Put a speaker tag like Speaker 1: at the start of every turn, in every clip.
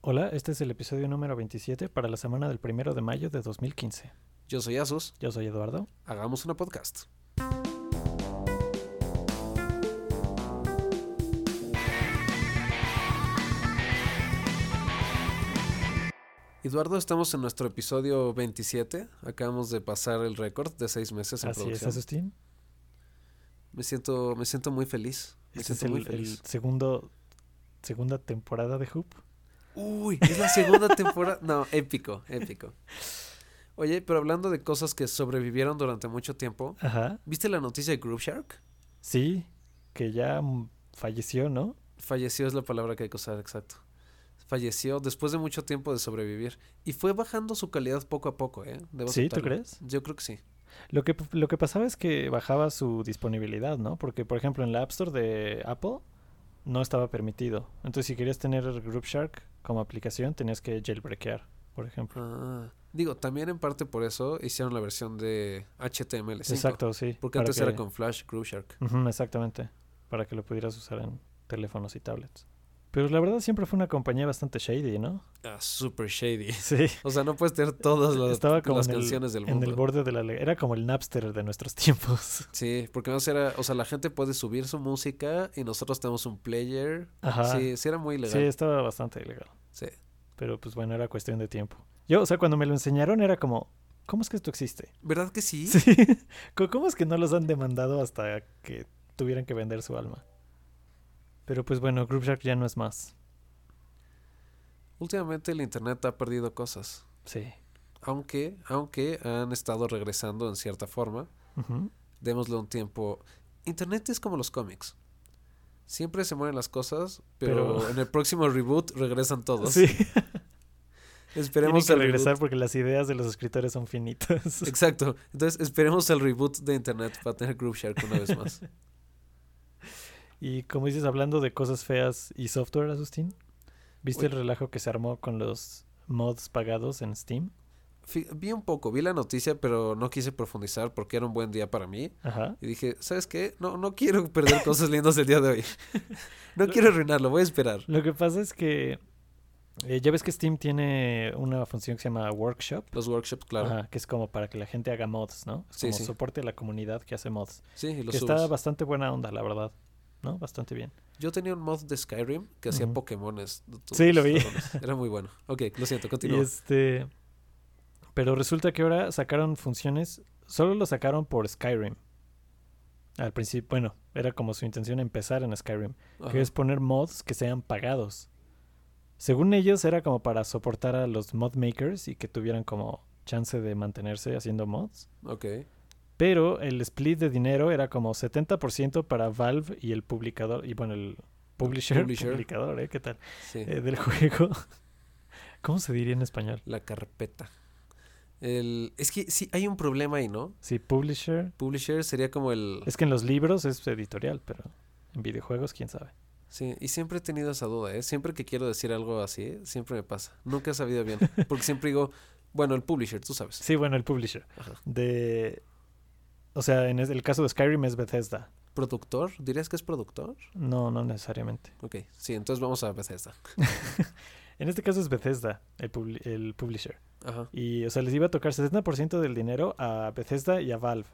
Speaker 1: Hola, este es el episodio número 27 para la semana del 1 de mayo de 2015.
Speaker 2: Yo soy Asus,
Speaker 1: Yo soy Eduardo.
Speaker 2: hagamos una podcast. Eduardo, estamos en nuestro episodio 27. Acabamos de pasar el récord de seis meses en
Speaker 1: Así es,
Speaker 2: producción.
Speaker 1: Asustín.
Speaker 2: Me siento, me siento muy feliz. Me
Speaker 1: Este es
Speaker 2: siento muy
Speaker 1: el, el
Speaker 2: feliz.
Speaker 1: segundo segunda temporada de Hoop.
Speaker 2: Uy, es la segunda temporada. No, épico, épico. Oye, pero hablando de cosas que sobrevivieron durante mucho tiempo,
Speaker 1: Ajá.
Speaker 2: ¿viste la noticia de Group Shark?
Speaker 1: Sí, que ya mm, falleció, ¿no?
Speaker 2: Falleció es la palabra que hay que usar, exacto. Falleció después de mucho tiempo de sobrevivir. Y fue bajando su calidad poco a poco, ¿eh? Debo
Speaker 1: ¿Sí? ¿Tú
Speaker 2: aceptarlo.
Speaker 1: crees?
Speaker 2: Yo creo que sí.
Speaker 1: Lo que, lo que pasaba es que bajaba su disponibilidad, ¿no? Porque, por ejemplo, en la App Store de Apple no estaba permitido. Entonces, si querías tener el Group Shark como aplicación, tenías que jailbreakear, por ejemplo.
Speaker 2: Ah, digo, también en parte por eso hicieron la versión de HTML5.
Speaker 1: Exacto, sí.
Speaker 2: Porque
Speaker 1: para
Speaker 2: antes
Speaker 1: que-
Speaker 2: era con Flash Group Shark.
Speaker 1: Ujú, exactamente, para que lo pudieras usar en teléfonos y tablets. Pero la verdad siempre fue una compañía bastante shady, ¿no?
Speaker 2: Ah, super shady.
Speaker 1: Sí.
Speaker 2: O sea, no puedes tener todas las,
Speaker 1: Estaba como
Speaker 2: las
Speaker 1: en el-
Speaker 2: canciones del
Speaker 1: en
Speaker 2: mundo.
Speaker 1: el borde de la... le- Era como el Napster de nuestros tiempos.
Speaker 2: Sí, porque no será, o sea, la gente puede subir su música y nosotros tenemos un player.
Speaker 1: Ajá.
Speaker 2: Sí, sí era muy
Speaker 1: Sí,
Speaker 2: ilegal.
Speaker 1: estaba bastante ilegal.
Speaker 2: Sí.
Speaker 1: Pero pues bueno, era cuestión de tiempo. Yo, o sea, cuando me lo enseñaron era como, ¿cómo es que esto existe?
Speaker 2: ¿Verdad que sí?
Speaker 1: Sí. Co- ¿Cómo es que no los han demandado hasta que tuvieran que vender su alma? Pero pues bueno, Group Shark ya no es más.
Speaker 2: Últimamente el internet ha perdido cosas.
Speaker 1: Sí.
Speaker 2: Aunque, aunque han estado regresando en cierta forma.
Speaker 1: Ujú.
Speaker 2: Démosle un tiempo. Internet es como los cómics. Siempre se mueren las cosas, pero,
Speaker 1: Pero-
Speaker 2: en el próximo reboot regresan todos.
Speaker 1: Sí. Tienen
Speaker 2: Esperemos el
Speaker 1: que
Speaker 2: reboot.
Speaker 1: regresar porque las ideas de los escritores son finitas.
Speaker 2: Exacto. Entonces, esperemos el reboot de Internet para tener Group Shark una vez más.
Speaker 1: Y como dices, hablando de cosas feas y software, Asustín, ¿viste el relajo que se armó con los mods pagados en Steam?
Speaker 2: Fi- Vi un poco, vi la noticia, pero no quise profundizar porque era un buen día para mí.
Speaker 1: Ajá.
Speaker 2: Y dije, ¿sabes qué? No, no quiero perder cosas lindas el día de hoy. No quiero arruinarlo, voy a esperar.
Speaker 1: Lo que pasa es que eh, ya ves que Steam tiene una función que se llama Workshop,
Speaker 2: Los workshops, claro.
Speaker 1: ajá, que es como para que la gente haga mods, ¿no? Es
Speaker 2: Sí,
Speaker 1: como
Speaker 2: sí.
Speaker 1: soporte a la comunidad que hace mods.
Speaker 2: Sí, y los
Speaker 1: que
Speaker 2: subes.
Speaker 1: está bastante buena onda, la verdad, ¿no? Bastante bien.
Speaker 2: Yo tenía un mod de Skyrim que hacía
Speaker 1: Ujú.
Speaker 2: Pokémones. de todos
Speaker 1: Sí, lo
Speaker 2: los
Speaker 1: vi.
Speaker 2: sabores. Era muy bueno. Ok, lo siento,
Speaker 1: Y
Speaker 2: continúa.
Speaker 1: este... Pero resulta que ahora sacaron funciones, solo lo sacaron por Skyrim. Al principio, bueno, era como su intención empezar en Skyrim.
Speaker 2: Ajá.
Speaker 1: que es poner mods que sean pagados. Según ellos era como para soportar a los mod makers y que tuvieran como chance de mantenerse haciendo mods.
Speaker 2: Ok.
Speaker 1: Pero el split de dinero era como 70% para Valve y el publicador, y bueno, el publisher,
Speaker 2: publisher.
Speaker 1: publicador, ¿eh? ¿Qué tal?
Speaker 2: Sí.
Speaker 1: Eh, del juego. ¿Cómo se diría en español?
Speaker 2: La carpeta. El... Es que sí, hay un problema ahí, ¿no?
Speaker 1: Sí, publisher.
Speaker 2: Publisher sería como el...
Speaker 1: Es que en los libros es editorial, pero en videojuegos, quién sabe.
Speaker 2: Sí, y siempre he tenido esa duda, ¿eh? Siempre que quiero decir algo así, siempre me pasa. Nunca he sabido bien. Porque siempre digo, bueno, el publisher, tú sabes.
Speaker 1: Sí, bueno, el publisher.
Speaker 2: Ajá.
Speaker 1: De. O sea, en es- el caso de Skyrim es Bethesda.
Speaker 2: ¿Productor? ¿Dirías que es productor?
Speaker 1: No, no necesariamente.
Speaker 2: Ok, sí, entonces vamos a Bethesda.
Speaker 1: En este caso es Bethesda, el, publi- el publisher.
Speaker 2: Ajá.
Speaker 1: Y, o sea, les iba a tocar 70% del dinero a Bethesda y a Valve.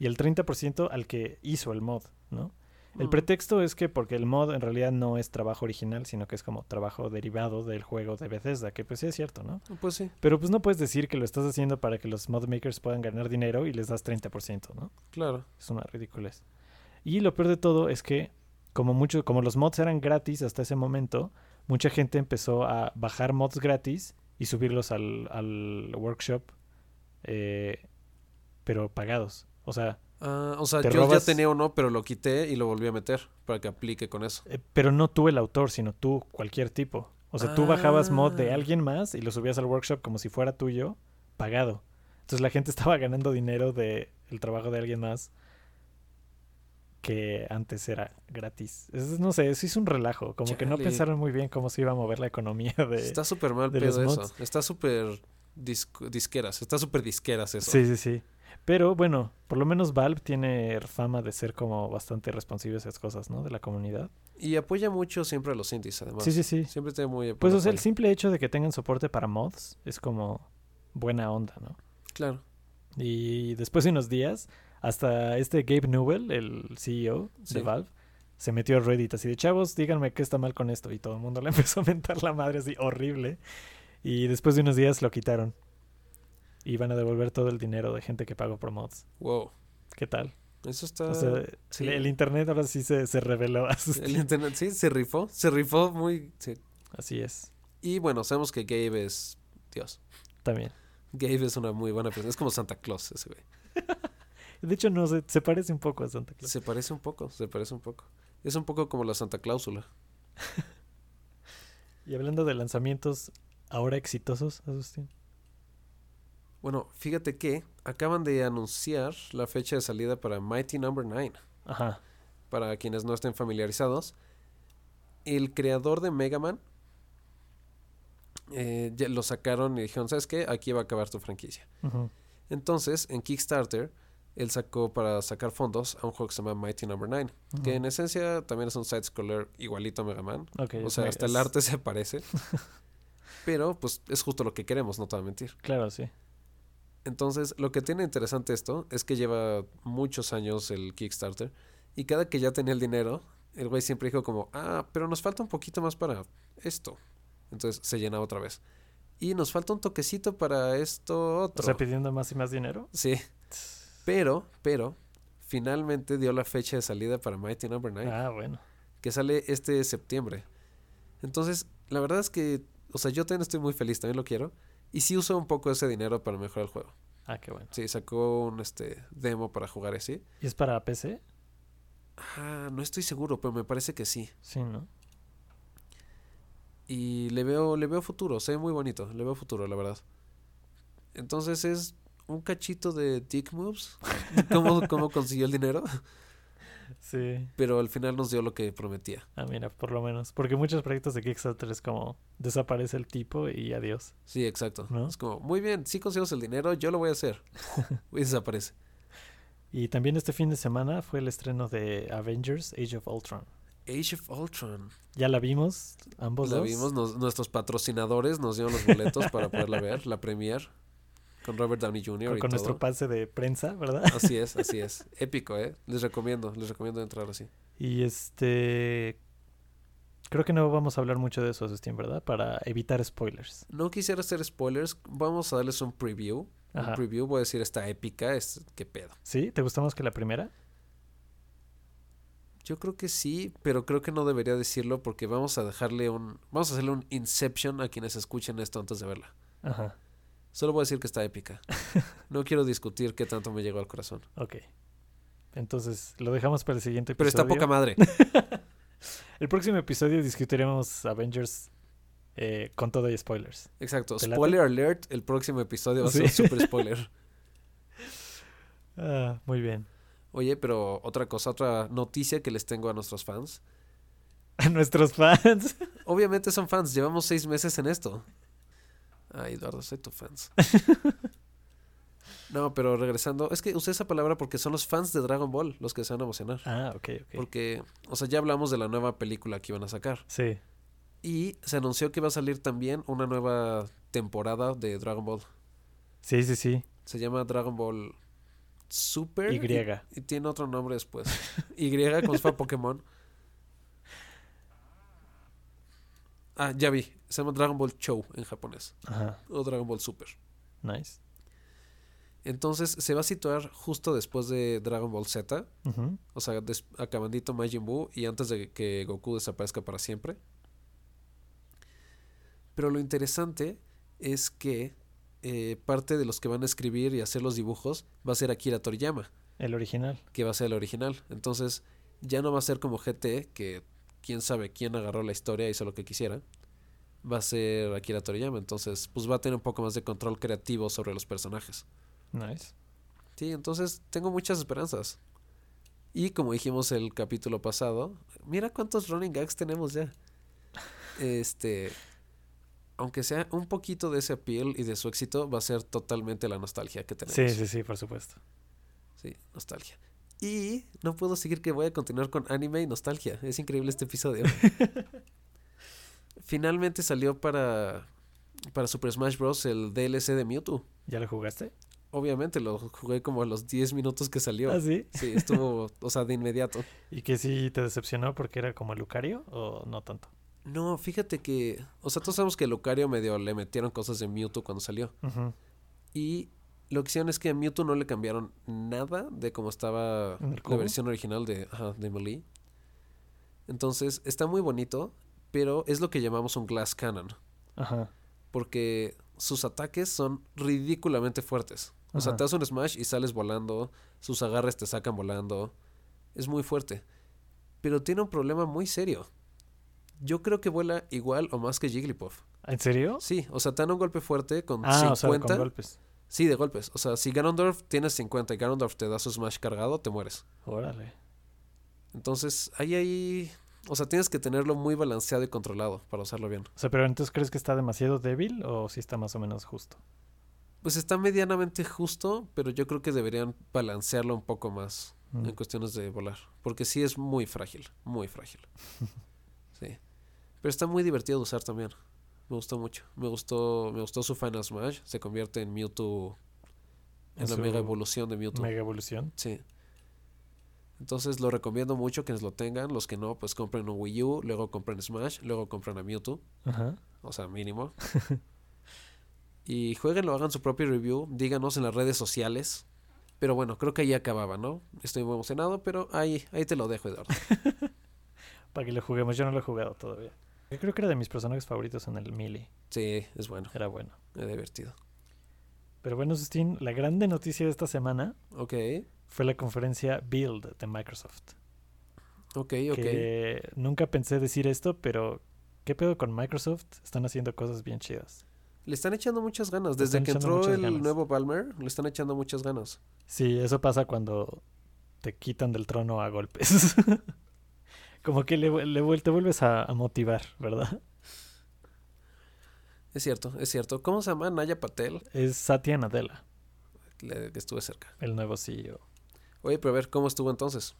Speaker 1: Y el 30% al que hizo el mod, ¿no? El
Speaker 2: Mm.
Speaker 1: pretexto es que porque el mod en realidad no es trabajo original, sino que es como trabajo derivado del juego de Bethesda, que pues sí es cierto, ¿no?
Speaker 2: Pues sí,
Speaker 1: Pero pues no puedes decir que lo estás haciendo para que los mod makers puedan ganar dinero y les das 30%, ¿no?
Speaker 2: claro.
Speaker 1: Es una ridiculez. Y lo peor de todo es que, como muchos, como los mods eran gratis hasta ese momento, mucha gente empezó a bajar mods gratis y subirlos al, al workshop, eh, pero pagados. O sea,
Speaker 2: Ah, o sea,
Speaker 1: Te
Speaker 2: yo
Speaker 1: robas-
Speaker 2: ya tenía uno, pero lo quité y lo volví a meter para que aplique con eso.
Speaker 1: eh, pero no tú el autor, sino tú cualquier tipo. O sea, tú bajabas mod de
Speaker 2: Ah.
Speaker 1: alguien más y lo subías al workshop como si fuera tuyo, pagado. Entonces la gente estaba ganando dinero de el trabajo de alguien más que antes era gratis. Es- no sé, eso hizo un relajo. Como que no
Speaker 2: Chale.
Speaker 1: pensaron muy bien cómo se iba a mover la economía de...
Speaker 2: Está súper mal
Speaker 1: de
Speaker 2: pedo
Speaker 1: los
Speaker 2: eso.
Speaker 1: mods.
Speaker 2: Está súper disco- disqueras. Está súper disqueras eso.
Speaker 1: Sí, sí, sí. Pero bueno, por lo menos Valve tiene fama de ser como bastante responsivo a esas cosas, ¿no? De la comunidad.
Speaker 2: Y apoya mucho siempre a los indies, además.
Speaker 1: Sí, sí, sí.
Speaker 2: Siempre está muy...
Speaker 1: Pues o sea, el simple hecho de que tengan soporte para mods es como buena onda, ¿no?
Speaker 2: Claro.
Speaker 1: Y después de unos días, hasta este Gabe Newell, el CEO
Speaker 2: Sí.
Speaker 1: de Valve, se metió a Reddit así de chavos, díganme qué está mal con esto. Y todo el mundo le empezó a mentar la madre así horrible. Y después de unos días lo quitaron. Y van a devolver todo el dinero de gente que pagó por mods.
Speaker 2: Wow.
Speaker 1: ¿Qué tal?
Speaker 2: Eso está...
Speaker 1: O sea,
Speaker 2: Ah, sí.
Speaker 1: el internet ahora sí se, se reveló. a sus-
Speaker 2: el internet, sí, se rifó. Se rifó muy... sí.
Speaker 1: Así es.
Speaker 2: Y bueno, sabemos que Gabe es... Dios.
Speaker 1: También.
Speaker 2: Gabe es una muy buena persona. Es como Santa Claus ese güey.
Speaker 1: De hecho, no se, se parece un poco a Santa Claus.
Speaker 2: Se parece un poco, se parece un poco. Es un poco como la Santa Cláusula.
Speaker 1: Y hablando de lanzamientos ahora exitosos, Agustín.
Speaker 2: Bueno, fíjate que acaban de anunciar la fecha de salida para Mighty Number 9.
Speaker 1: Ajá.
Speaker 2: Para quienes no estén familiarizados, el creador de Mega Man eh, ya lo sacaron y dijeron, ¿sabes qué? Aquí va a acabar tu franquicia.
Speaker 1: Ujú.
Speaker 2: Entonces, en Kickstarter, él sacó para sacar fondos a un juego que se llama Mighty Number 9, que en esencia también es un side-scroller igualito a Mega Man.
Speaker 1: Ok,
Speaker 2: O
Speaker 1: es
Speaker 2: sea,
Speaker 1: muy-
Speaker 2: hasta el
Speaker 1: es-
Speaker 2: arte se parece. Pero, pues, es justo lo que queremos, no te voy a mentir.
Speaker 1: Claro, sí.
Speaker 2: Entonces, lo que tiene interesante esto es que lleva muchos años el Kickstarter y cada que ya tenía el dinero, el güey siempre dijo como, ah, pero nos falta un poquito más para esto. Entonces se llenaba otra vez. Y nos falta un toquecito para esto
Speaker 1: O
Speaker 2: otro.
Speaker 1: sea, pidiendo más y más dinero.
Speaker 2: sí, pero, pero, finalmente dio la fecha de salida para Mighty Number 9
Speaker 1: Ah, bueno.
Speaker 2: que sale este septiembre. Entonces, la verdad es que, o sea, yo también estoy muy feliz, también lo quiero. Y sí uso un poco ese dinero para mejorar el juego.
Speaker 1: Ah, qué bueno.
Speaker 2: Sí, sacó un este, demo para jugar así.
Speaker 1: ¿Y es para PC?
Speaker 2: Ah, no estoy seguro, pero me parece que sí.
Speaker 1: Sí, ¿no?
Speaker 2: Y le veo, le veo futuro, se ve muy bonito, le veo futuro, la verdad. Entonces es un cachito de Dick Moves, cómo, cómo consiguió el dinero,
Speaker 1: Sí.
Speaker 2: pero al final nos dio lo que prometía.
Speaker 1: Ah, mira, por lo menos. Porque muchos proyectos de Kickstarter es como desaparece el tipo y adiós.
Speaker 2: Sí, exacto.
Speaker 1: ¿No?
Speaker 2: Es como, muy bien, si conseguimos el dinero, yo lo voy a hacer. y desaparece.
Speaker 1: Y también este fin de semana fue el estreno de Avengers Age of Ultron.
Speaker 2: Age of Ultron.
Speaker 1: Ya la vimos, ambos
Speaker 2: La
Speaker 1: Pues dos.
Speaker 2: vimos, nos- nuestros patrocinadores nos dieron los boletos para poderla ver, la premier, con Robert Downey Jr.
Speaker 1: con,
Speaker 2: y
Speaker 1: con
Speaker 2: todo.
Speaker 1: nuestro pase de prensa, ¿verdad?
Speaker 2: Así es, así es. Épico, ¿eh? Les recomiendo, les recomiendo entrar así.
Speaker 1: Y este... Creo que no vamos a hablar mucho de eso, Justin, ¿verdad? Para evitar spoilers.
Speaker 2: No quisiera hacer spoilers, vamos a darles un preview.
Speaker 1: Ajá.
Speaker 2: Un preview, voy a decir, está épica, es qué pedo.
Speaker 1: ¿Sí? ¿Te gustó más que la primera?
Speaker 2: Yo creo que sí, pero creo que no debería decirlo porque vamos a dejarle un... Vamos a hacerle un Inception a quienes escuchen esto antes de verla.
Speaker 1: Ajá.
Speaker 2: Solo voy a decir que está épica. No quiero discutir qué tanto me llegó al corazón.
Speaker 1: Ok. Entonces, lo dejamos para el siguiente
Speaker 2: Pero
Speaker 1: episodio.
Speaker 2: está poca madre.
Speaker 1: El próximo episodio discutiremos Avengers eh, con todo y spoilers.
Speaker 2: Exacto.
Speaker 1: ¿Te late?
Speaker 2: Spoiler alert, el próximo episodio va a
Speaker 1: Sí.
Speaker 2: ser super spoiler.
Speaker 1: Ah, muy bien.
Speaker 2: Oye, pero otra cosa, otra noticia que les tengo a nuestros fans.
Speaker 1: A nuestros fans.
Speaker 2: Obviamente son fans, llevamos seis meses en esto. Ay, Eduardo, soy tu fans. No, pero regresando, es que usé esa palabra porque son los fans de Dragon Ball los que se van a emocionar.
Speaker 1: Ah, ok, ok.
Speaker 2: Porque, o sea, ya hablamos de la nueva película que iban a sacar.
Speaker 1: Sí.
Speaker 2: Y se anunció que va a salir también una nueva temporada de Dragon Ball.
Speaker 1: Sí, sí, sí.
Speaker 2: Se llama Dragon Ball Super.
Speaker 1: Y.
Speaker 2: Y tiene otro nombre después. Y como si fuera Pokémon. Ah, ya vi. Se llama Dragon Ball Show en japonés.
Speaker 1: Ajá.
Speaker 2: O Dragon Ball Super.
Speaker 1: Nice.
Speaker 2: Entonces se va a situar justo después de Dragon Ball Z.
Speaker 1: Ujú.
Speaker 2: O sea, des- acabandito Majin Buu y antes de que Goku desaparezca para siempre. Pero lo interesante es que eh, parte de los que van a escribir y hacer los dibujos va a ser Akira Toriyama.
Speaker 1: El original.
Speaker 2: que va a ser el original. Entonces, ya no va a ser como GT, que quién sabe quién agarró la historia e hizo lo que quisiera. Va a ser Akira Toriyama, entonces, pues va a tener un poco más de control creativo sobre los personajes.
Speaker 1: Nice.
Speaker 2: Sí, entonces tengo muchas esperanzas. Y como dijimos el capítulo pasado, mira cuántos running gags tenemos ya. Este. aunque sea un poquito de ese appeal y de su éxito, va a ser totalmente la nostalgia que tenemos.
Speaker 1: Sí, sí, sí, por supuesto.
Speaker 2: Sí, nostalgia. Y no puedo seguir que voy a continuar con anime y nostalgia. Es increíble este episodio. Finalmente salió para, para Super Smash Bros. el DLC de Mewtwo.
Speaker 1: ¿Ya lo jugaste?
Speaker 2: Obviamente lo jugué como a los 10 minutos que salió.
Speaker 1: ¿Ah, sí?
Speaker 2: Sí, estuvo, o sea, de inmediato.
Speaker 1: ¿Y que sí te decepcionó porque era como Lucario o no tanto?
Speaker 2: No, fíjate que, o sea, todos sabemos que Lucario medio le metieron cosas de Mewtwo cuando salió.
Speaker 1: Ujú.
Speaker 2: Y lo que hicieron es que a Mewtwo no le cambiaron nada de cómo estaba
Speaker 1: ¿En el
Speaker 2: la
Speaker 1: cubo?
Speaker 2: versión original de, ajá, de Melee. Entonces, está muy bonito, pero es lo que llamamos un Glass Cannon.
Speaker 1: Ajá.
Speaker 2: Porque sus ataques son ridículamente fuertes. O sea,
Speaker 1: Ajá.
Speaker 2: te das un smash y sales volando. Sus agarres te sacan volando. Es muy fuerte. Pero tiene un problema muy serio. Yo creo que vuela igual o más que Jigglypuff.
Speaker 1: ¿En serio?
Speaker 2: Sí, o sea, te dan un golpe fuerte con
Speaker 1: Ah,
Speaker 2: 50.
Speaker 1: o sea, con golpes.
Speaker 2: Sí, de golpes. O sea, si Ganondorf tienes 50 y Ganondorf te da su smash cargado, te mueres.
Speaker 1: Órale.
Speaker 2: Entonces, ahí ahí. O sea, tienes que tenerlo muy balanceado y controlado para usarlo bien.
Speaker 1: O sea, pero entonces crees que está demasiado débil o sí está más o menos justo.
Speaker 2: Pues está medianamente justo, pero yo creo que deberían balancearlo un poco más
Speaker 1: Mm.
Speaker 2: en cuestiones de volar. Porque sí es muy frágil, muy frágil. Sí. Pero está muy divertido de usar también. Me gustó mucho. Me gustó, me gustó su Final Smash. Se convierte en Mewtwo. En
Speaker 1: Es
Speaker 2: la mega
Speaker 1: su
Speaker 2: evolución de Mewtwo.
Speaker 1: Mega evolución.
Speaker 2: Sí. Entonces lo recomiendo mucho quienes lo tengan. Los que no, pues compren un Wii U, luego compren Smash, luego compren a Mewtwo.
Speaker 1: Ajá.
Speaker 2: O sea, mínimo. y jueguenlo, hagan su propio review, díganos en las redes sociales. Pero bueno, creo que ahí acababa, ¿no? Estoy muy emocionado, pero ahí, ahí te lo dejo, Eduardo.
Speaker 1: Para que lo juguemos. Yo no lo he jugado todavía. Yo creo que era de mis personajes favoritos en el Melee.
Speaker 2: Sí, es bueno,
Speaker 1: Era bueno.
Speaker 2: es divertido.
Speaker 1: Pero bueno, Justin, la grande noticia de esta semana
Speaker 2: Ok,
Speaker 1: fue la conferencia Build de Microsoft.
Speaker 2: ok, ok.
Speaker 1: Que nunca pensé decir esto, pero ¿qué pedo con Microsoft? Están haciendo cosas bien chidas.
Speaker 2: Le están echando muchas ganas.
Speaker 1: Le
Speaker 2: Desde
Speaker 1: están
Speaker 2: que
Speaker 1: echando
Speaker 2: entró
Speaker 1: muchas
Speaker 2: el
Speaker 1: ganas.
Speaker 2: nuevo Palmer, le están echando muchas ganas.
Speaker 1: Sí, eso pasa cuando te quitan del trono a golpes. Como que le, vu- le vuel- te vuelves a, a motivar, ¿verdad?
Speaker 2: Es cierto, es cierto. ¿Cómo se llama Naya Patel?
Speaker 1: Es Satya Nadella,
Speaker 2: Le, que estuve cerca.
Speaker 1: el nuevo E CEO.
Speaker 2: Oye, pero a ver, ¿cómo estuvo entonces?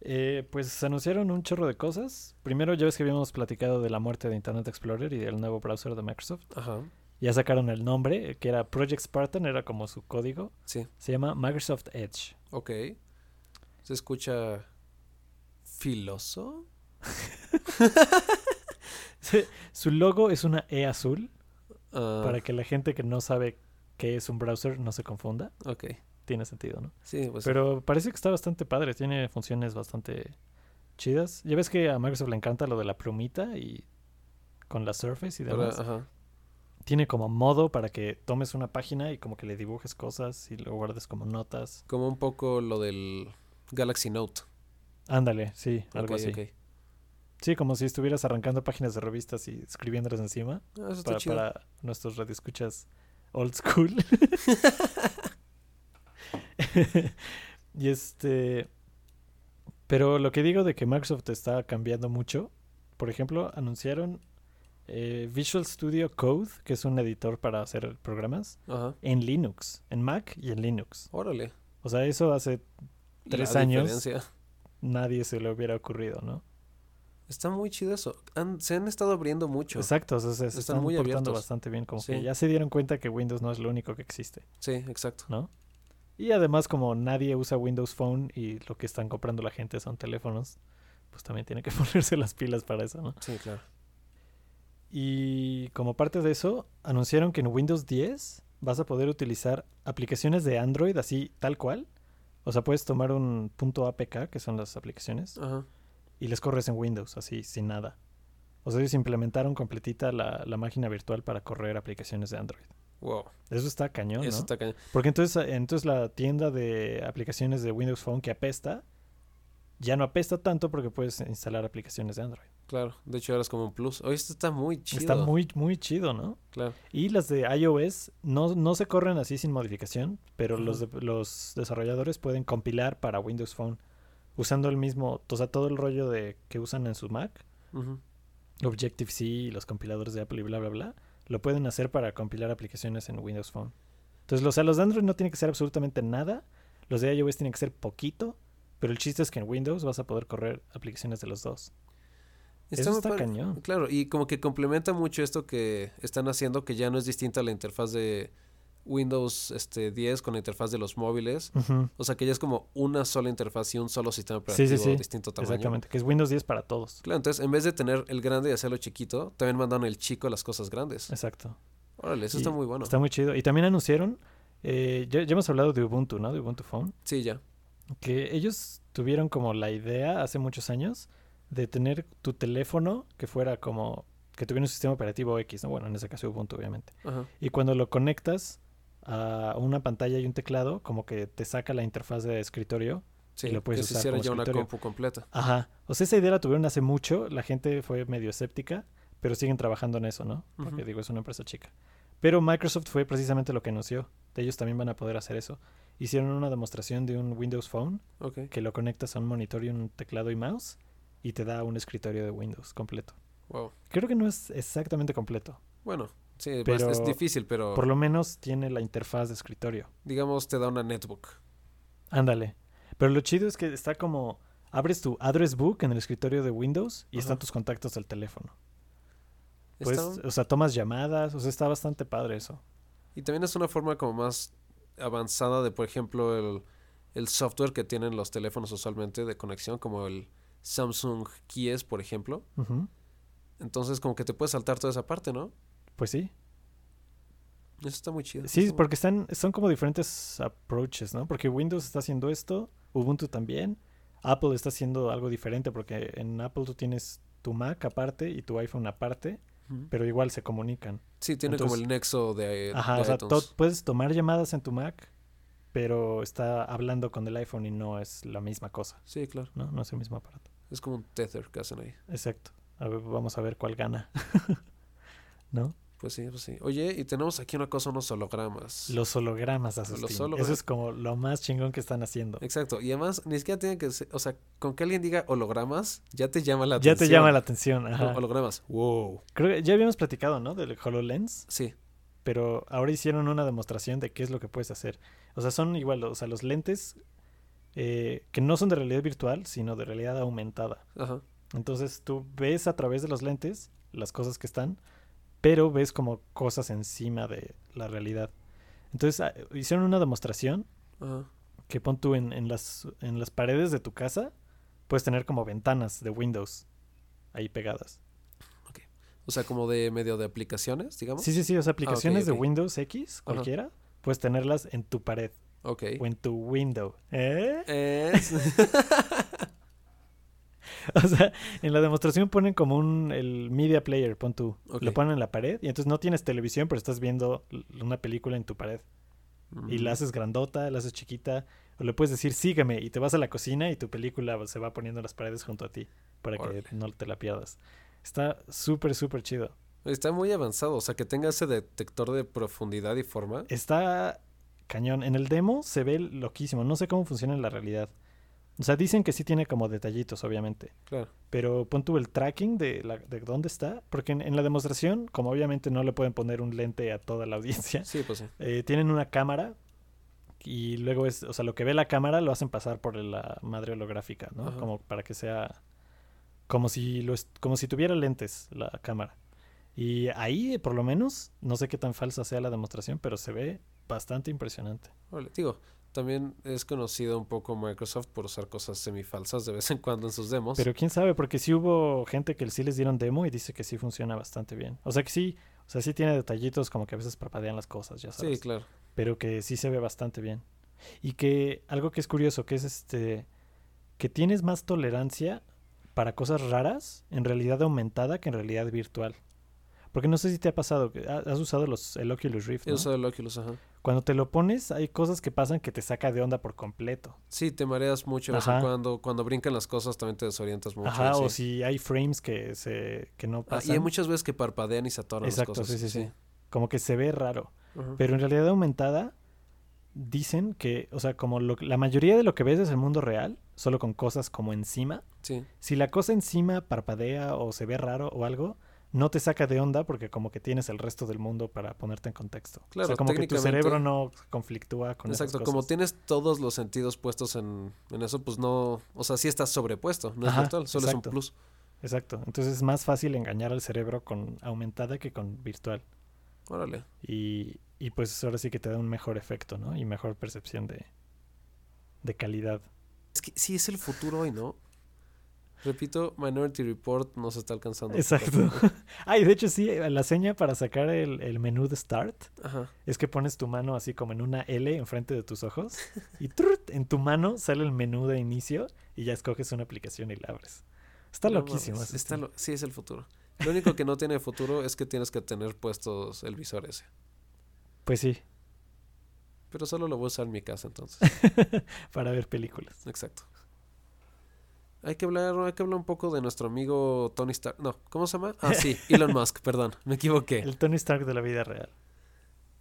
Speaker 1: Eh, pues se anunciaron un chorro de cosas. Primero ya ves que habíamos platicado de la muerte de Internet Explorer y del nuevo browser de Microsoft.
Speaker 2: Ajá,
Speaker 1: Ya sacaron el nombre, eh, que era Project Spartan, era como su código.
Speaker 2: sí,
Speaker 1: Se llama Microsoft Edge.
Speaker 2: ok. Se escucha... ¿Filoso?
Speaker 1: Su logo es una E azul,
Speaker 2: Ah,
Speaker 1: para que la gente que no sabe qué es un browser no se confunda.
Speaker 2: ok.
Speaker 1: Tiene sentido, ¿no?
Speaker 2: Sí, pues
Speaker 1: Pero parece que está bastante padre, tiene funciones bastante chidas. Ya ves que a Microsoft le encanta lo de la plumita y con la Surface y
Speaker 2: Ahora, ah.
Speaker 1: demás.
Speaker 2: ajá.
Speaker 1: Tiene como modo para que tomes una página y como que le dibujes cosas y lo guardes como notas.
Speaker 2: Como un poco lo del Galaxy Note.
Speaker 1: Ándale, sí, algo
Speaker 2: Ok,
Speaker 1: así.
Speaker 2: ok.
Speaker 1: Sí, como si estuvieras arrancando páginas de revistas y escribiéndolas encima
Speaker 2: Ah, eso está
Speaker 1: para,
Speaker 2: chido.
Speaker 1: para nuestros radioescuchas old school. y este... Pero lo que digo de que Microsoft está cambiando mucho, por ejemplo, anunciaron eh, Visual Studio Code, que es un editor para hacer programas,
Speaker 2: Ajá.
Speaker 1: en Linux, en Mac y en Linux.
Speaker 2: Órale.
Speaker 1: O sea, eso hace Tres años.
Speaker 2: diferencia.
Speaker 1: nadie se le hubiera ocurrido, ¿no?
Speaker 2: Está muy chido eso. Han- se han estado abriendo mucho.
Speaker 1: Exacto, o sea, se se
Speaker 2: Están
Speaker 1: están,
Speaker 2: muy
Speaker 1: portando
Speaker 2: abiertos.
Speaker 1: bastante bien, como
Speaker 2: Sí.
Speaker 1: que ya se dieron cuenta que Windows no es lo único que existe.
Speaker 2: Sí, exacto.
Speaker 1: Y además, como nadie usa Windows Phone y lo que están comprando la gente son teléfonos, pues también tiene que ponerse las pilas para eso, ¿no?
Speaker 2: Sí, claro.
Speaker 1: Y como parte de eso, anunciaron que en Windows 10 vas a poder utilizar aplicaciones de Android así tal cual. O sea, puedes tomar un punto APK, que son las aplicaciones,
Speaker 2: Ajá.
Speaker 1: y les corres en Windows, así, sin nada. O sea, ellos implementaron completita la, la máquina virtual para correr aplicaciones de Android.
Speaker 2: Wow.
Speaker 1: Eso está cañón, ¿no?
Speaker 2: Eso está cañón.
Speaker 1: Porque entonces, eh, entonces la tienda de aplicaciones de Windows Phone que apesta, ya no apesta tanto porque puedes instalar aplicaciones de Android.
Speaker 2: Claro. De hecho, ahora es como un plus. Oye, esto está muy chido.
Speaker 1: Está muy, muy chido, ¿no?
Speaker 2: Claro.
Speaker 1: Y las de iOS no, no se corren así sin modificación, pero los, de- los desarrolladores pueden compilar para Windows Phone usando el mismo, o sea, todo el rollo de que usan en su Mac,
Speaker 2: Ujú.
Speaker 1: Objective-C y los compiladores de Apple y bla, bla, bla. lo pueden hacer para compilar aplicaciones en Windows Phone. Entonces, los, o sea, los de Android no tienen que ser absolutamente nada, los de iOS tienen que ser poquito, pero el chiste es que en Windows vas a poder correr aplicaciones de los dos. Está Eso está cañón.
Speaker 2: Claro, y como que complementa mucho esto que están haciendo, que ya no es distinta a la interfaz de Windows este, 10 con la interfaz de los móviles. Uh -huh. O sea, que ya es como una sola interfaz y un solo sistema operativo sí, sí, sí. distinto tamaño.
Speaker 1: Exactamente, que es Windows 10 para todos.
Speaker 2: Claro, entonces en vez de tener el grande y hacerlo chiquito, también mandaron el chico a las cosas grandes.
Speaker 1: Exacto.
Speaker 2: Órale, eso y está muy bueno.
Speaker 1: Está muy chido. Y también anunciaron, eh, ya, ya, hemos hablado de Ubuntu, ¿no? De Ubuntu Phone.
Speaker 2: Sí, ya.
Speaker 1: Que ellos tuvieron como la idea hace muchos años de tener tu teléfono que fuera como que tuviera un sistema operativo X, ¿no? Bueno, en ese caso Ubuntu, obviamente. Ajá. Y cuando lo conectas a una pantalla y un teclado, como que te saca la interfaz de escritorio.
Speaker 2: Sí, y lo puedes que usar se hiciera como ya escritorio. una compu completa.
Speaker 1: Ajá. O sea, esa idea la tuvieron hace mucho, la gente fue medio escéptica, pero siguen trabajando en eso, ¿no? Porque uh -huh. digo, es una empresa chica. Pero Microsoft fue precisamente lo que anunció. Ellos también van a poder hacer eso. Hicieron una demostración de un Windows Phone okay. que lo conectas a un monitor y un teclado y mouse y te da un escritorio de Windows completo.
Speaker 2: Wow.
Speaker 1: Creo que no es exactamente completo.
Speaker 2: Bueno, sí, pero es difícil, pero.
Speaker 1: Por lo menos tiene la interfaz de escritorio.
Speaker 2: Digamos, te da una netbook.
Speaker 1: Ándale. Pero lo chido es que está como. Abres tu address book en el escritorio de Windows y Ajá. están tus contactos del teléfono. Pues, ¿Está... o sea, tomas llamadas, o sea, está bastante padre eso.
Speaker 2: Y también es una forma como más avanzada de, por ejemplo, el, el software que tienen los teléfonos usualmente de conexión, como el, Samsung Kies, por ejemplo. Uh -huh. Entonces, como que te puedes saltar toda esa parte, ¿no?
Speaker 1: Pues sí.
Speaker 2: Eso está muy chido.
Speaker 1: Sí, porque están, son como diferentes approaches, ¿no? Porque Windows está haciendo esto, Ubuntu también, Apple está haciendo algo diferente, porque en Apple tú tienes tu Mac aparte y tu iPhone aparte, uh -huh. pero igual se comunican.
Speaker 2: Sí, tiene Entonces, como el nexo de...
Speaker 1: Ajá,
Speaker 2: de
Speaker 1: o sea, to puedes tomar llamadas en tu Mac, pero está hablando con el iPhone y no es la misma cosa.
Speaker 2: Sí, claro.
Speaker 1: No, no es el mismo aparato.
Speaker 2: Es como un tether que hacen ahí.
Speaker 1: Exacto. A ver, vamos a ver cuál gana. ¿No?
Speaker 2: Pues sí, pues sí. Oye, y tenemos aquí una cosa, unos hologramas.
Speaker 1: Los hologramas, Asustín. Los hologramas. Eso es como lo más chingón que están haciendo.
Speaker 2: Exacto. Y además, ni siquiera tienen que... Ser, o sea, con que alguien diga hologramas, ya te llama la
Speaker 1: ya
Speaker 2: atención.
Speaker 1: Ya te llama la atención, ajá.
Speaker 2: No, hologramas. Wow.
Speaker 1: Creo que ya habíamos platicado, ¿no? Del HoloLens.
Speaker 2: Sí.
Speaker 1: Pero ahora hicieron una demostración de qué es lo que puedes hacer. O sea, son igual, o sea, los lentes eh, que no son de realidad virtual, sino de realidad aumentada.
Speaker 2: Ajá.
Speaker 1: Entonces tú ves a través de los lentes las cosas que están, pero ves como cosas encima de la realidad. Entonces ah, hicieron una demostración
Speaker 2: Ajá.
Speaker 1: que pon tú en, en, las, en las paredes de tu casa, puedes tener como ventanas de Windows ahí pegadas.
Speaker 2: Okay. O sea, como de medio de aplicaciones, digamos.
Speaker 1: Sí, sí, sí, o sea, aplicaciones ah, okay, okay. de Windows X, cualquiera, Ajá. Eh. puedes tenerlas en tu pared.
Speaker 2: Okay.
Speaker 1: O en tu window. ¿Eh?
Speaker 2: Es...
Speaker 1: o sea, en la demostración ponen como un el media player, pon tú. Okay. Lo ponen en la pared y entonces no tienes televisión, pero estás viendo una película en tu pared. Mm. Y la haces grandota, la haces chiquita. O le puedes decir, sígueme, y te vas a la cocina y tu película se va poniendo en las paredes junto a ti para Orale. que no te la pierdas. Está súper, súper chido.
Speaker 2: Está muy avanzado, o sea, que tenga ese detector de profundidad y
Speaker 1: Eh,
Speaker 2: forma.
Speaker 1: Está cañón. En el demo se ve loquísimo. No sé cómo funciona en la realidad. O sea, dicen que sí tiene como detallitos, obviamente.
Speaker 2: Claro.
Speaker 1: Pero pon tú el tracking de, la, de dónde está. Porque en, en, la demostración, como obviamente no le pueden poner un lente a toda la audiencia.
Speaker 2: Sí, pues sí.
Speaker 1: Eh, tienen una cámara. Y luego es. O sea, lo que ve la cámara lo hacen pasar por la madre holográfica, ¿no? Ajá. Como para que sea. Como si, lo como si tuviera lentes la cámara. Y ahí, por lo menos, no sé qué tan falsa sea la demostración, pero se ve bastante impresionante.
Speaker 2: Vale, digo, también es conocido un poco Microsoft por usar cosas semifalsas de vez en cuando en sus demos.
Speaker 1: Pero quién sabe, porque sí hubo gente que sí les dieron demo y dice que sí funciona bastante bien. O sea que sí, o sea, sí tiene detallitos como que a veces parpadean las cosas, ya sabes.
Speaker 2: Sí, claro.
Speaker 1: Pero que sí se ve bastante bien. Y que algo que es curioso, que es este, que tienes más tolerancia para cosas raras en realidad aumentada que en realidad virtual. Porque no sé si te ha pasado, has usado los, el Oculus Rift.
Speaker 2: ¿no? He usado el Oculus, ajá.
Speaker 1: Cuando te lo pones, hay cosas que pasan que te saca de onda por completo.
Speaker 2: Sí, te mareas mucho. De vez en cuando, cuando brincan las cosas, también te desorientas mucho.
Speaker 1: Ajá, o sí. si hay frames que, se, que no pasan.
Speaker 2: Ah, y hay muchas veces que parpadean y se atoran
Speaker 1: Exacto,
Speaker 2: las cosas.
Speaker 1: Sí, sí, sí, sí. Como que se ve raro. Uh -huh. Pero en realidad aumentada, dicen que, o sea, como lo, la mayoría de lo que ves es el mundo real, solo con cosas como encima.
Speaker 2: Sí.
Speaker 1: Si la cosa encima parpadea o se ve raro o algo, no te saca de onda porque como que tienes el resto del mundo para ponerte en contexto.
Speaker 2: Claro,
Speaker 1: o sea, como que tu
Speaker 2: técnicamente-
Speaker 1: cerebro no conflictúa con esas
Speaker 2: Exacto,
Speaker 1: cosas.
Speaker 2: como tienes todos los sentidos puestos en, en eso, pues no, o sea, sí estás sobrepuesto, no es
Speaker 1: Ajá,
Speaker 2: virtual, solo
Speaker 1: exacto.
Speaker 2: es un plus.
Speaker 1: Exacto. Entonces es más fácil engañar al cerebro con aumentada que con virtual.
Speaker 2: Órale.
Speaker 1: Y, y pues ahora sí que te da un mejor efecto, ¿no? Y mejor percepción de, de calidad.
Speaker 2: Es que sí es el futuro hoy, ¿no? Repito, Minority Report nos está alcanzando.
Speaker 1: Exacto. Ay, de hecho sí, eh, la seña para sacar el, el menú de Start
Speaker 2: Ajá.
Speaker 1: es que pones tu mano así como en una L enfrente de tus ojos y trut, en tu mano sale el menú de inicio y ya escoges una aplicación y la abres. Está
Speaker 2: No
Speaker 1: loquísimo.
Speaker 2: mames,
Speaker 1: eso
Speaker 2: está
Speaker 1: sí.
Speaker 2: lo- sí, es el futuro. Lo único que no tiene futuro es que tienes que tener puestos el visor ese.
Speaker 1: Pues sí,
Speaker 2: Pero solo lo voy a usar en mi casa entonces.
Speaker 1: para ver películas.
Speaker 2: Exacto. Hay que hablar, hay que hablar un poco de nuestro amigo Tony Stark. No, ¿cómo se llama? Ah, sí, Elon Musk, perdón, me equivoqué.
Speaker 1: El Tony Stark de la vida real.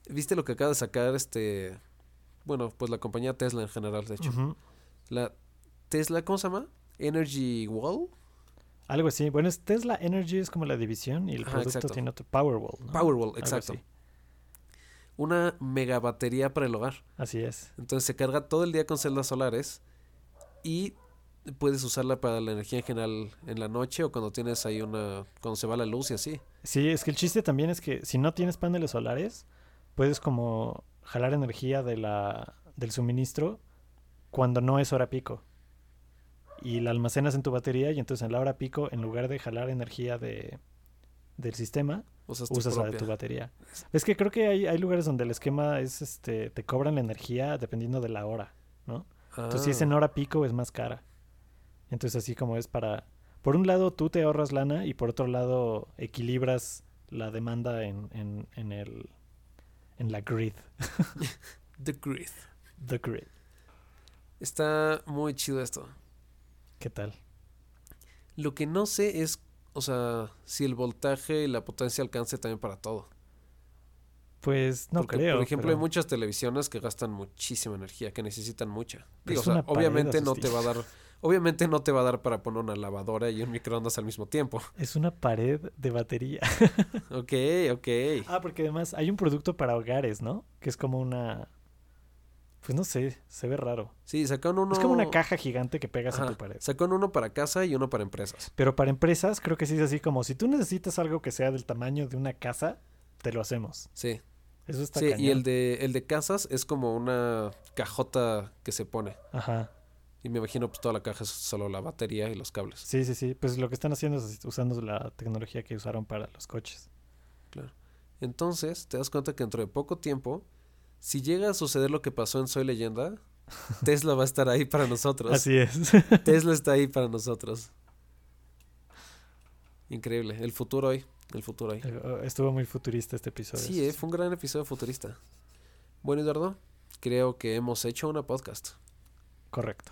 Speaker 2: ¿Viste lo que acaba de sacar este bueno, pues la compañía Tesla en general, de hecho.
Speaker 1: Ujú.
Speaker 2: La Tesla, ¿cómo se llama? Energy Wall,
Speaker 1: Algo así. Bueno, es Tesla Energy es como la división y el
Speaker 2: Ajá,
Speaker 1: producto
Speaker 2: exacto.
Speaker 1: tiene otro Powerwall. ¿no?
Speaker 2: Powerwall,
Speaker 1: Ah, Algo
Speaker 2: exacto.
Speaker 1: así.
Speaker 2: Una mega batería para el hogar.
Speaker 1: Así es.
Speaker 2: Entonces se carga todo el día con celdas solares y puedes usarla para la energía en general en la noche o cuando tienes ahí una cuando se va la luz y así.
Speaker 1: Sí, es que el chiste también es que si no tienes paneles solares, puedes como jalar energía de la, del suministro cuando no es hora pico. Y la almacenas en tu batería y entonces en la hora pico, en lugar de jalar energía de, del sistema,
Speaker 2: Usas tu
Speaker 1: usas la de
Speaker 2: propia.
Speaker 1: tu batería. Es que creo que hay, hay lugares donde el esquema es, este, te cobran la energía dependiendo de la hora, ¿no? Entonces, si es
Speaker 2: Ah,
Speaker 1: en hora pico, es más cara. Entonces, así como es para... Por un lado, tú te ahorras lana y por otro lado, equilibras la demanda en, en, en el... En la grid.
Speaker 2: The Grid.
Speaker 1: The grid.
Speaker 2: Está muy chido esto.
Speaker 1: ¿Qué tal?
Speaker 2: Lo que no sé es, o sea, si el voltaje y la potencia alcance también para todo.
Speaker 1: Pues no
Speaker 2: Porque,
Speaker 1: creo.
Speaker 2: por ejemplo,
Speaker 1: pero-
Speaker 2: hay muchas televisiones que gastan muchísima energía, que necesitan mucha.
Speaker 1: Pero
Speaker 2: Digo,
Speaker 1: es
Speaker 2: o sea,
Speaker 1: una pared
Speaker 2: obviamente no te
Speaker 1: asustiva.
Speaker 2: va a dar, obviamente no te va a dar para poner una lavadora y un microondas al mismo tiempo.
Speaker 1: Es una pared de batería.
Speaker 2: Ok, ok.
Speaker 1: ah, porque además hay un producto para hogares, ¿no? Que es como una... Pues no sé, se ve raro.
Speaker 2: Sí, sacaron uno.
Speaker 1: Es como una caja gigante que pegas a
Speaker 2: Ajá,
Speaker 1: tu pared.
Speaker 2: Sacaron uno para casa y uno para empresas.
Speaker 1: Pero para empresas, creo que sí es así como si tú necesitas algo que sea del tamaño de una casa, te lo hacemos.
Speaker 2: Sí.
Speaker 1: Eso está
Speaker 2: Sí,
Speaker 1: cañón.
Speaker 2: y el de, el de casas es como una cajota que se pone.
Speaker 1: Ajá.
Speaker 2: Y me imagino, pues toda la caja es solo la batería y los cables.
Speaker 1: Sí, sí, sí. Pues lo que están haciendo es así, usando la tecnología que usaron para los coches.
Speaker 2: Entonces, te das cuenta que dentro de poco tiempo, si llega a suceder lo que pasó en Soy Leyenda, Tesla va a estar ahí para nosotros.
Speaker 1: Así es.
Speaker 2: Tesla está ahí para nosotros. Increíble. El futuro hoy. El futuro hoy.
Speaker 1: Estuvo muy futurista este episodio.
Speaker 2: Sí, eh, fue un gran episodio futurista. Bueno, Eduardo, creo que hemos hecho una podcast.
Speaker 1: Correcto.